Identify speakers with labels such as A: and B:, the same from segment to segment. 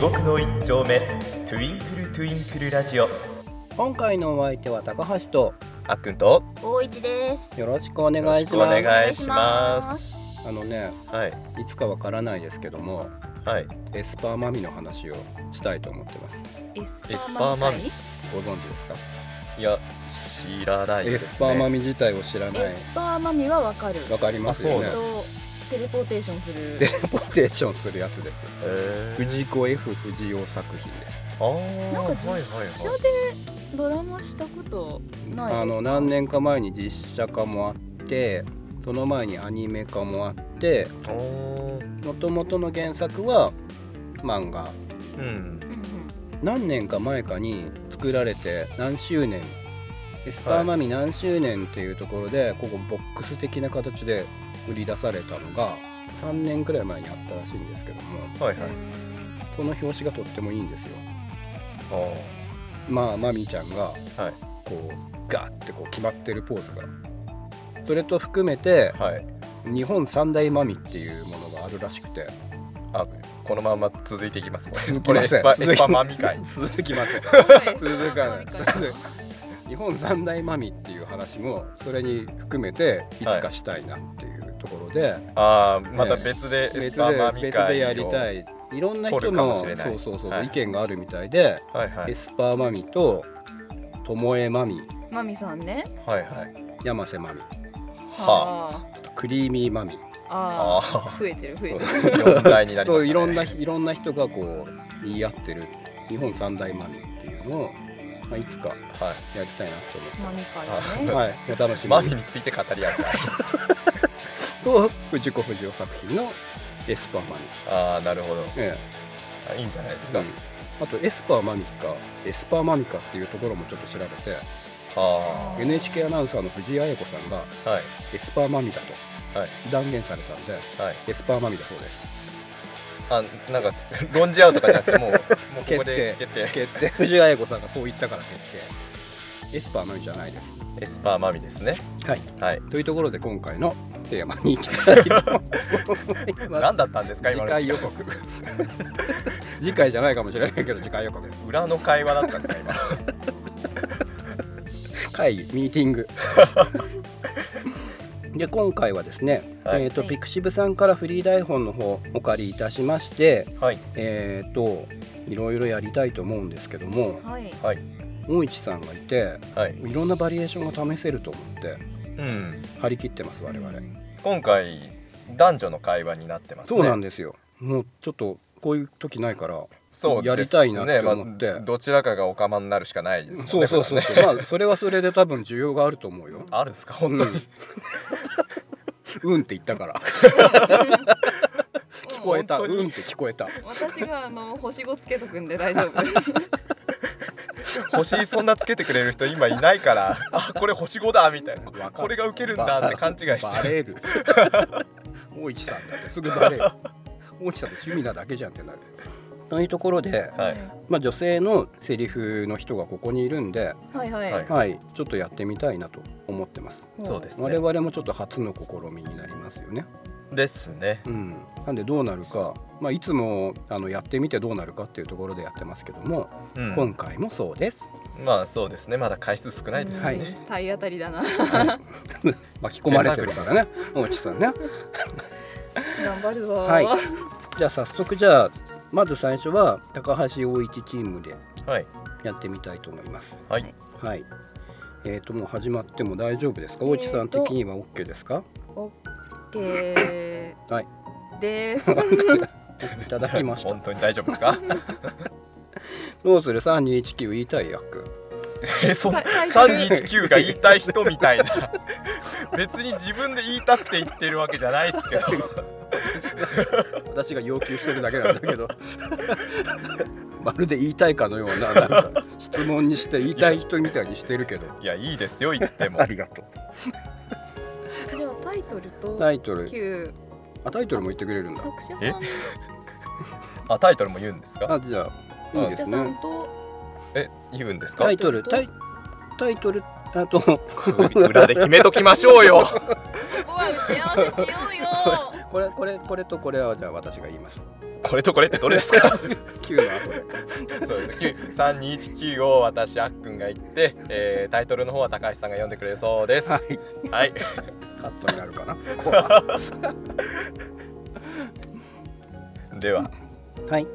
A: 国の一丁目トゥインクルトゥインクルラジオ
B: 今回のお相手は高橋と
A: あっくんと
C: 大一です。
B: よろしくお
A: よ
B: 願
A: ろ
B: い
A: し
B: し
A: くお
B: ます
A: 願いします
B: あのね
A: はい
B: いつかわからないですけども
A: はい
B: エスパーマミの話をしたいと思ってます
C: エス
A: エスパーマミ
B: ご存知ですか
A: いや知らないで
B: エ
A: すね
B: スパーマミ自体を知らない
C: エスパーマミはわかる。
B: わかりますよね
C: えっとテレポーテーションする。
B: テレポーテーションするやつです
A: えー、
B: 藤子 F 不二雄作品です
A: あー
C: なんか実
A: はいは
C: 写
A: い
C: でドラマしたことないですか。
B: あの何年か前に実写化もあってその前にアニメ化もあって
A: はいおー
B: もともとの原作は漫画
A: うん
C: うんうん
B: 何年か前かに作られて何周年エスパーマミ何周年っていうところで、ここボックス的な形で売り出されたのが3年くらい前にあったらしいんですけども
A: はいはい
B: その表紙がとってもいいんですよ
A: あー
B: まあマミちゃんが
A: はい
B: こうガッてこう決まってるポーズがそれと含めて
A: はい
B: 日本三大マミっていうものがあるら しくて
A: あこのまま続いていきますこれ
B: 続き
A: こ
B: ま
A: れエ
B: せ
A: ス
B: ん
A: パエスパーマミ会
B: 続きませ ん続かない日本三大マミっていう話もそれに含めていつかしたいなっていうところで、
A: あーまた別でエス
B: 別で
A: パーマミ
B: 別
A: 会を
B: でやりたいいろんな人
A: 取るかも
B: の
A: しれない
B: そうそうそう、
A: はい
B: 意見があるみたいで、
A: はいは
B: エ
A: い
B: スパーマミとともえマミ
C: マミさんね。
A: はいはい
B: 山瀬マミ
A: は
B: クリーミーマミ
C: あ。あ
A: あ
C: あ。
A: あ
C: 増えてる増えてる。
A: 四大になりました
B: そう
A: ね
B: いろんないろんな人がこう言い合ってる日本三大マミっていうのを、まあ、いつか
A: はい
B: やりたいなと思って
C: マ
B: ま
C: ミ
B: す。
C: 会ね。
B: はい、お楽しみ
A: マ
B: に
A: ミについて語り合う会
B: と藤子不二雄作品のエスパーマミ。
A: ああなるほど
B: ええ
A: あいいんじゃないですか、
B: うんあとエスパーマミかエスパーマミかっていうところもちょっと調べて
A: あ
B: NHK アナウンサーの藤井綾子さんが
A: あはい
B: エスパーマミだと
A: はい
B: 断言されたんで
A: はい
B: エスパーマミだそうです
A: あなんか論じ合うとかじゃなく てもうもうここ
B: 決
A: で
B: 定
A: 決定
B: 決定藤井綾子さんがそう言ったから決定エスパーマミじゃないです
A: エスパーマミですね
B: はい
A: はい
B: というところで今回のテーマに行きたいと思 いま
A: 何
B: す
A: だったんですか
B: 次
A: 今
B: 回予
A: の
B: 告次回じゃないかもしれないけど次回予 告
A: 裏の会話だったんですか今
B: 会議ミーティン グで今回はですね、
A: はい
B: えーと
C: はい
B: ピクシブさんからフリー台本の方お借りいたしまして
A: はい
B: えー、といろいろやりたいと思うんですけども
C: はい。
A: はい
B: 大市さんがいて
A: はい
B: いろんなバリエーションが試せると思って
A: うん
B: 張り切ってます我々、
A: 今回男女の会話になってますね
B: そうなんですよもうちょっとこういう時ないから
A: そうですね
B: やりたいなって思って
A: まあどちらかがお釜になるしかないですもんね
B: そうそうそう
A: こ
B: そ
A: れはね
B: う、まあそれはそれで多分需要があると思うよ
A: あるんですか本当に、
B: うんうんって言ったから聞こえた
A: 本
B: う
A: 当に
B: んって聞こえた
C: 私があの星5つけとくんで大丈夫。
A: 星そんなつけてくれる人今いないからあこれ星5だみたいな
B: わか
A: これがウケるんだって勘違いし
B: バ
A: て
B: レる大市さんだってすぐバレる大市さんの趣味なだけじゃんってなるというところで、
A: はい
B: まあ、女性のセリフの人がここにいるんで、
C: はいはい。
A: はい
B: はい、ちょっとやってみたいなと思ってます。
C: ほ
A: そうで。す
B: 我
A: ね
B: 々もちょっと初の試みになりますよね。
A: ですね
B: うん、なんでどうなるか、まあ、いつもあのやってみてどうなるかっていうところでやってますけども、
A: うん
B: 今回もそうです。
A: まあそうですねまだ回数少ないです
B: は
A: し
B: い
A: ね、
C: 体当たりだな。
B: 巻き込まれてるからね、大地さんね。
C: 頑張るぞ。
B: はいじゃあ早速じゃあまず最初は高橋大一チームで
A: はい
B: やってみたいと思います。
A: はい、
B: はい。えっ、ともう始まっても大丈夫ですか？大地さん的には OK です か？
C: オッケー。
B: はい。
C: です。
B: いただき ました。
A: 本当に大丈夫です か
B: どうする三二一九言いたい役。
A: えそん
C: タイタイトル
A: 319が言いたい人みたいな別に自分で言いたくて言ってるわけじゃないですけど
B: 私が要求してるだけなんだ けど。まるで言いたいかのようななんか質問にして言いたい人みたいにしてるけど。
A: いやいいですよ言っても
B: ありがと
C: じゃあタイトル
B: う。
C: と
B: タイトル。
C: 旧
B: あタイトルも言ってくれるんだ。
C: 作者さん
A: あタイトルも言うんですか
B: あじゃあいい
C: 作
B: です
C: 者さ
B: ね
C: ん。と
A: え言うんですか
B: タイトルタイタイトルあと
A: 裏で決めときましょうよ
C: ここは打ち合わせしようよ。
B: これこれこれとこれはじゃあ私が言います。
A: これとこれってどれですか
B: 9の後で
A: そうです9 3219を私あっくんが言って、えータイトルの方は高橋さんが読んでくれるそうです
B: は
A: はいい
B: カットになるかなこ う
A: では
B: はい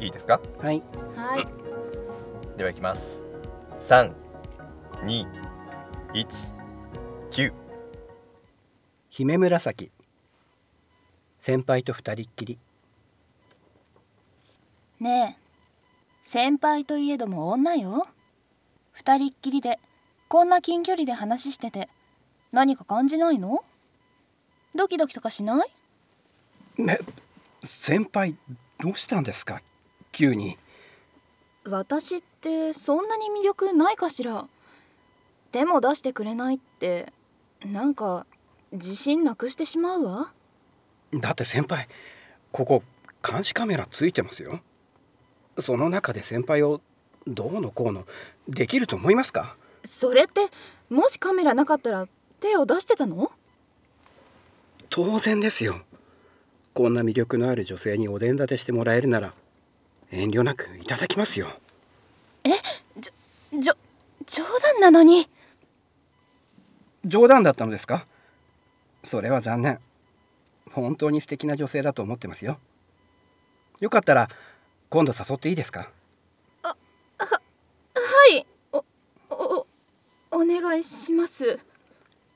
A: いいですか
B: はい
C: はい
A: ではいきます三二一九
B: 姫紫先輩と二人っきり
D: ねえ先輩といえども女よ二人っきりでこんな近距離で話してて何か感じないのドキドキとかしない
B: ね先輩どうしたんですか急に
D: 私ってそんなに魅力ないかしらでも出してくれないってなんか自信なくしてしまうわ
B: だって先輩ここ監視カメラついてますよその中で先輩をどうのこうのできると思いますか
D: それってもしカメラなかったら手を出してたの
B: 当然ですよこんな魅力のある女性にお膳立てしてもらえるなら遠慮なくいただきますよ
D: じょ冗談なのに
B: 冗談だったのですかそれは残念本当に素敵な女性だと思ってますよよかったら今度誘っていいですか
D: はいおおおお願いします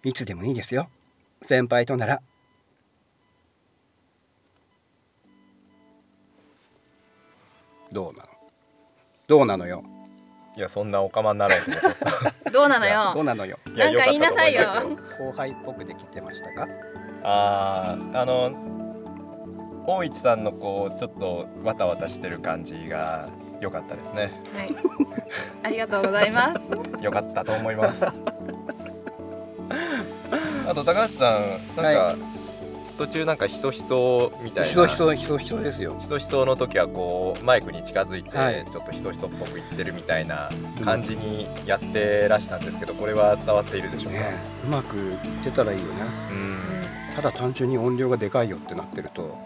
B: いつでもいいですよ先輩とならどうなのどうなのよ
A: いやそんなおかまにならないですね
D: どうなの
B: どう
D: よ
B: なのよ
A: いや
D: なんか言いなさいよ
A: 良かったと思ます
B: 後輩っぽくできてましたか
A: あーあの大市さんのこうちょっとわたわたしてる感じが良かったですね
C: はいありがとうございます
A: 良かったと思いますあと高橋さんなんか、
B: は
A: 途中なんかひそひそみたいな
B: ひそひそひそひそですよ
A: ひそひその時はこうマイクに近づいて、
B: はい
A: ちょっとひそひそっぽく言ってるみたいな感じにやってらしたんですけどこれは伝わっているでしょうか、
B: ねえうまくいってたらいいよね
A: うん
B: ただ単純に音量がでかいよってなってる と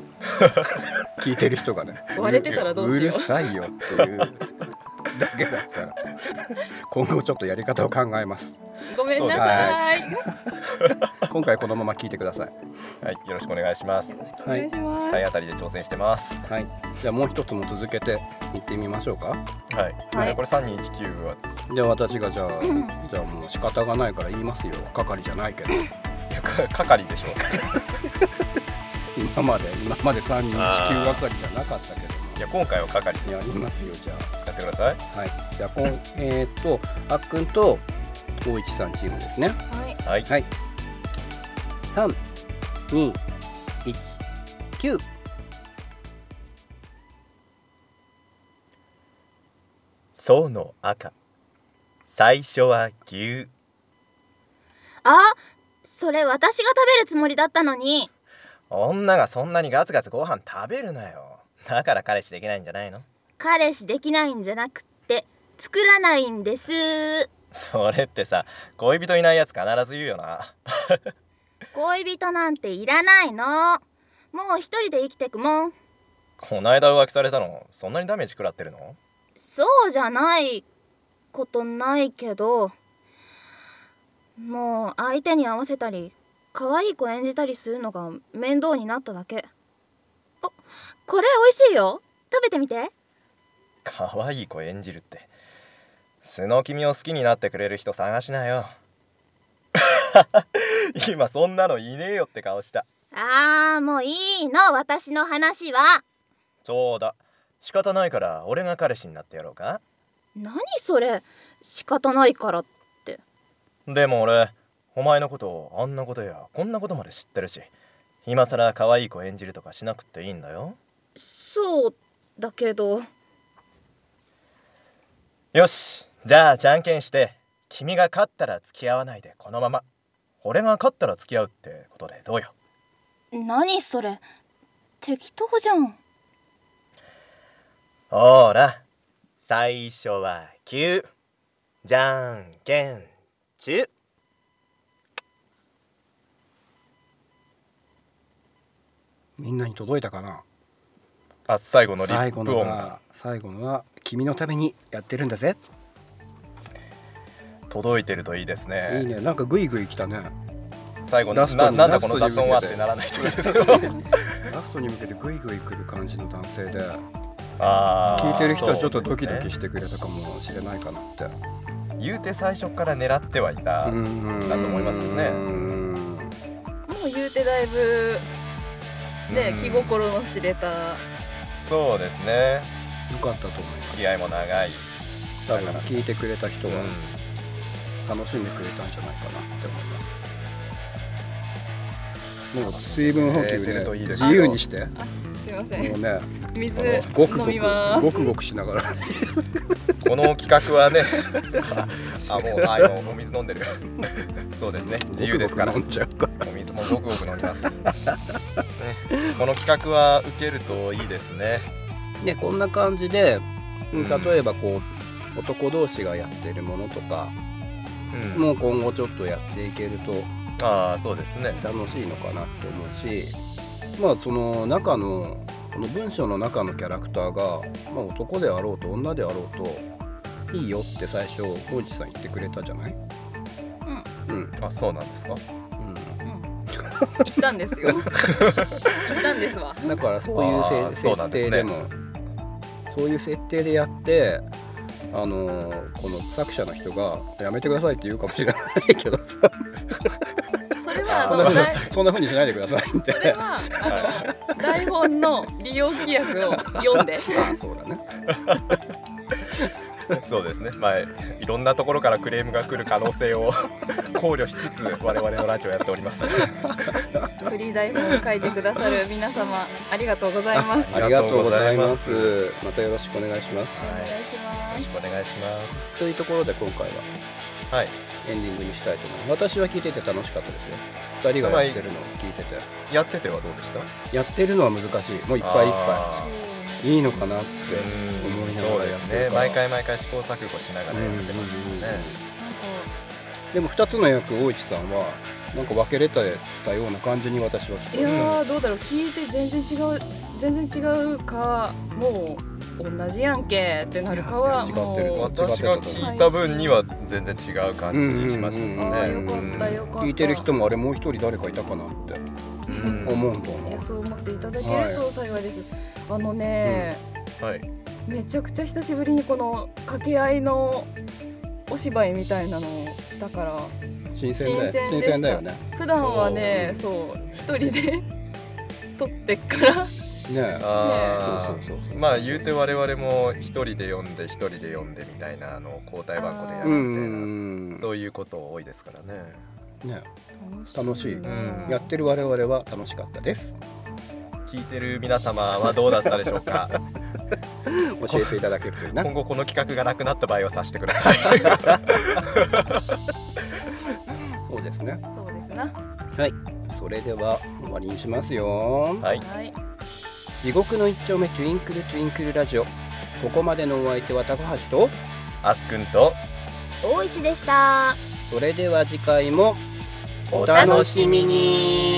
B: 聞いてる人がね
C: 割れてたらどうしよ
B: るさいよっていうだけだったら今後ちょっとやり方を考えます
C: うごめんなさい
B: 今回このまま聞いてください
A: はいよろしくお願いします
C: よろしくお願いします、
A: 体当たりで挑戦してます
B: はいじゃあもう一つも続けて行ってみましょうか
A: はい、
D: はい
A: これ3219は
B: じゃあ私がじゃあ、
D: ん
B: じゃあもう仕方がないから言いますよ係じゃないけど
A: いやか係でしょう
B: 今まで今まで3人
A: あー
B: 1 9係じゃなかったけ
A: いや今回は係
B: ど
A: で
B: や
A: す
B: りますよじゃ
A: やってください
B: あはいじゃあこんえーっとあっくんと大一さんチームですね
D: はい
A: はい、
B: はい三二一九
A: 層の赤最初は牛
D: あそれ私が食べるつもりだったのに
A: 女がそんなにガツガツご飯食べるなよだから彼氏できないんじゃないの
D: 彼氏できないんじゃなくって作らないんです
A: それってさ恋人いないやつ必ず言うよな
D: 恋人なんていらないのもう一人で生きてくもん
A: こないだ浮気されたのそんなにダメージ食らってるの
D: そうじゃないことないけどもう相手に合わせたり可愛い子演じたりするのが面倒になっただけおこれ美味しいよ食べてみて
A: 可愛い子演じるって素の君を好きになってくれる人探しなよ 今そんなのいねえよって顔した
D: あーもういいの私の話は
A: そうだ仕方ないから俺が彼氏になってやろうか
D: 何それ仕方ないからって
A: でも俺お前のことをあんなことやこんなことまで知ってるし今さら可愛い子演じるとかしなくっていいんだよ
D: そうだけど
A: よしじゃあじゃんけんして君が勝ったら付き合わないでこのまま俺が勝ったら付き合うってことでどうよ
D: 何それ適当じゃん
A: ほーら最初はキューじゃんけんチュー
B: みんなに届いたかな
A: あ最後のリ
B: 最
A: ッ
B: 後
A: プ
B: の
A: 音が
B: は最後のは君のためにやってるんだぜ、
A: 届いてるといいですね
B: いいねなんかグイグイ来たね
A: 最後の
B: ラスト
A: な
B: に
A: なんだ
B: ラス
A: こ
B: ト
A: の
B: に
A: 雑音はっ
B: 向けて
A: てならないといいですよ 聞
B: ラストに向けてグイグイ来る感じの男性で聞
A: い
B: いてる人はちょっとドキドキしてくれたかもしれないかなって
A: 言うて最初から狙ってはいた、
B: うん
A: だと思いますけどね
B: うん
C: もう言うてだいぶね
A: うん
C: 気心の知れた
A: そうですね
B: よかったと思います
A: 付き合いも長い、
B: 多分聞いてくれた人
A: う
B: は
A: ん
B: 楽しんでくれたんじゃないかなって思います、もう水分補給
A: 出るといい
B: で
A: です
B: 自
A: よ
B: 由にしても
C: あすいませ
B: うんね
C: 水
A: この
B: ごくご
C: 飲
B: く
C: みます
B: ごくごくしながら
A: この企画はね あもうあのお水飲んでる そうですね自由ですから
B: ごくごく飲んじゃうから
A: お水もごくごく飲みます、ね、この企画は受けるといいですね
B: ね、こんな感じで、うん
A: うん
B: 例えばこう男同士がやってるものとか、
A: うん
B: もう今後ちょっとやっていけると
A: ああそうですね
B: 楽しいのかなって思うしまあその中のこの文章の中のキャラクターが、まあ、男であろうと女であろうといいよって最初王子さん言ってくれたじゃないうん、うん
A: あそうなんですか
C: 行った んですよ行ったんですわ
B: だからそういう
A: あー
B: せ
A: そうなんです
B: 設定
A: ね
B: でもそういう設定でやってあのーこの作者の人が「やめてください」って言うかもしれないけど
C: それは
B: そ
C: あ
B: んなふ
C: の
B: うに
C: だい
B: そんなふうにしないでくださいっ
C: そ
B: て。
C: れはあの台本の利用規約を読んで
B: あそうだね。
A: そうですねまあいろんなところからクレームが来る可能性を 考慮しつつ我々のラジオやっております
C: フリー台本を書いてくださる皆様ありがとうございます
A: あ
B: あ
A: り
B: り
A: が
B: が
A: と
B: と
A: うご
B: うご
A: ざ
B: ざ
A: い
B: い
A: ま
B: ますす。またよろしくお願いします。
C: お願いし
A: よ
C: ま
A: ろし
C: す
A: くお願いします
B: というところで今回は
A: はい
B: エンディングにしたいと思います。私は聞いてて楽しかったですよ。二人がやってるのを聞いてて、
A: やっててはどうでしたいっ
B: やってるのは難しい。もういっぱいいっぱい。いいのかなって思いな
A: そ
B: が
A: う
B: ら
A: で
B: やっ
A: す
B: て
A: ね
B: るから。
A: 毎回毎回試行錯誤しながらやってますよね
C: なんか
B: でも二つの役大市さんはなんか分けれたような感じに私は聞こ
C: い
B: え
C: や
B: る。
C: ーどうだろう聞いて全然違う全然違うかもう同じやんけってなるかはい
B: や違ってる
C: もう
B: 違って
A: 私
B: たと
A: が
B: 思う
A: 聞いた分には全然違う感じしました
B: うんうん
C: あ
B: うん
C: あ
A: ね
C: よかったよかった
B: 聞いてる人もあれもう一人誰かいたかなって
A: うん
B: 思うんだよ
C: い
B: ね
C: や。そう思っていただけると幸いです、あのね、
A: はい
C: めちゃくちゃ久しぶりにこの掛け合いのお芝居みたいなのをしたから
B: 新鮮だよ新
C: 新鮮でした
B: 鮮だよね。
C: 普段はねそう一人で 撮ってっから
B: ねえ
A: あ
B: そうそうそう
A: ー
B: そう
A: まあ言うて我々も一人で読んで一人で読んでみたいなあの交代番号でやるみたいな、
B: ん
A: そういうこと多いですからね
B: ね
C: 楽
B: 楽
C: し
B: し
C: い
B: い
C: な
A: うん
B: やってる我々は楽しかったです
A: 聞いてる皆様はどうだったでしょうか
B: 教えていただけるといい な
A: 今後この企画がなくなった場合は察してください
B: そうですね
C: そうですなは
B: はいそれでは終わりにしますよ
A: はい
C: い、
B: 地獄の一丁目トゥインクルトゥインクルラジオここまでのお相手は高橋と
A: あっくんと
D: 大一でした
B: それでは次回も
A: お
D: 楽しみに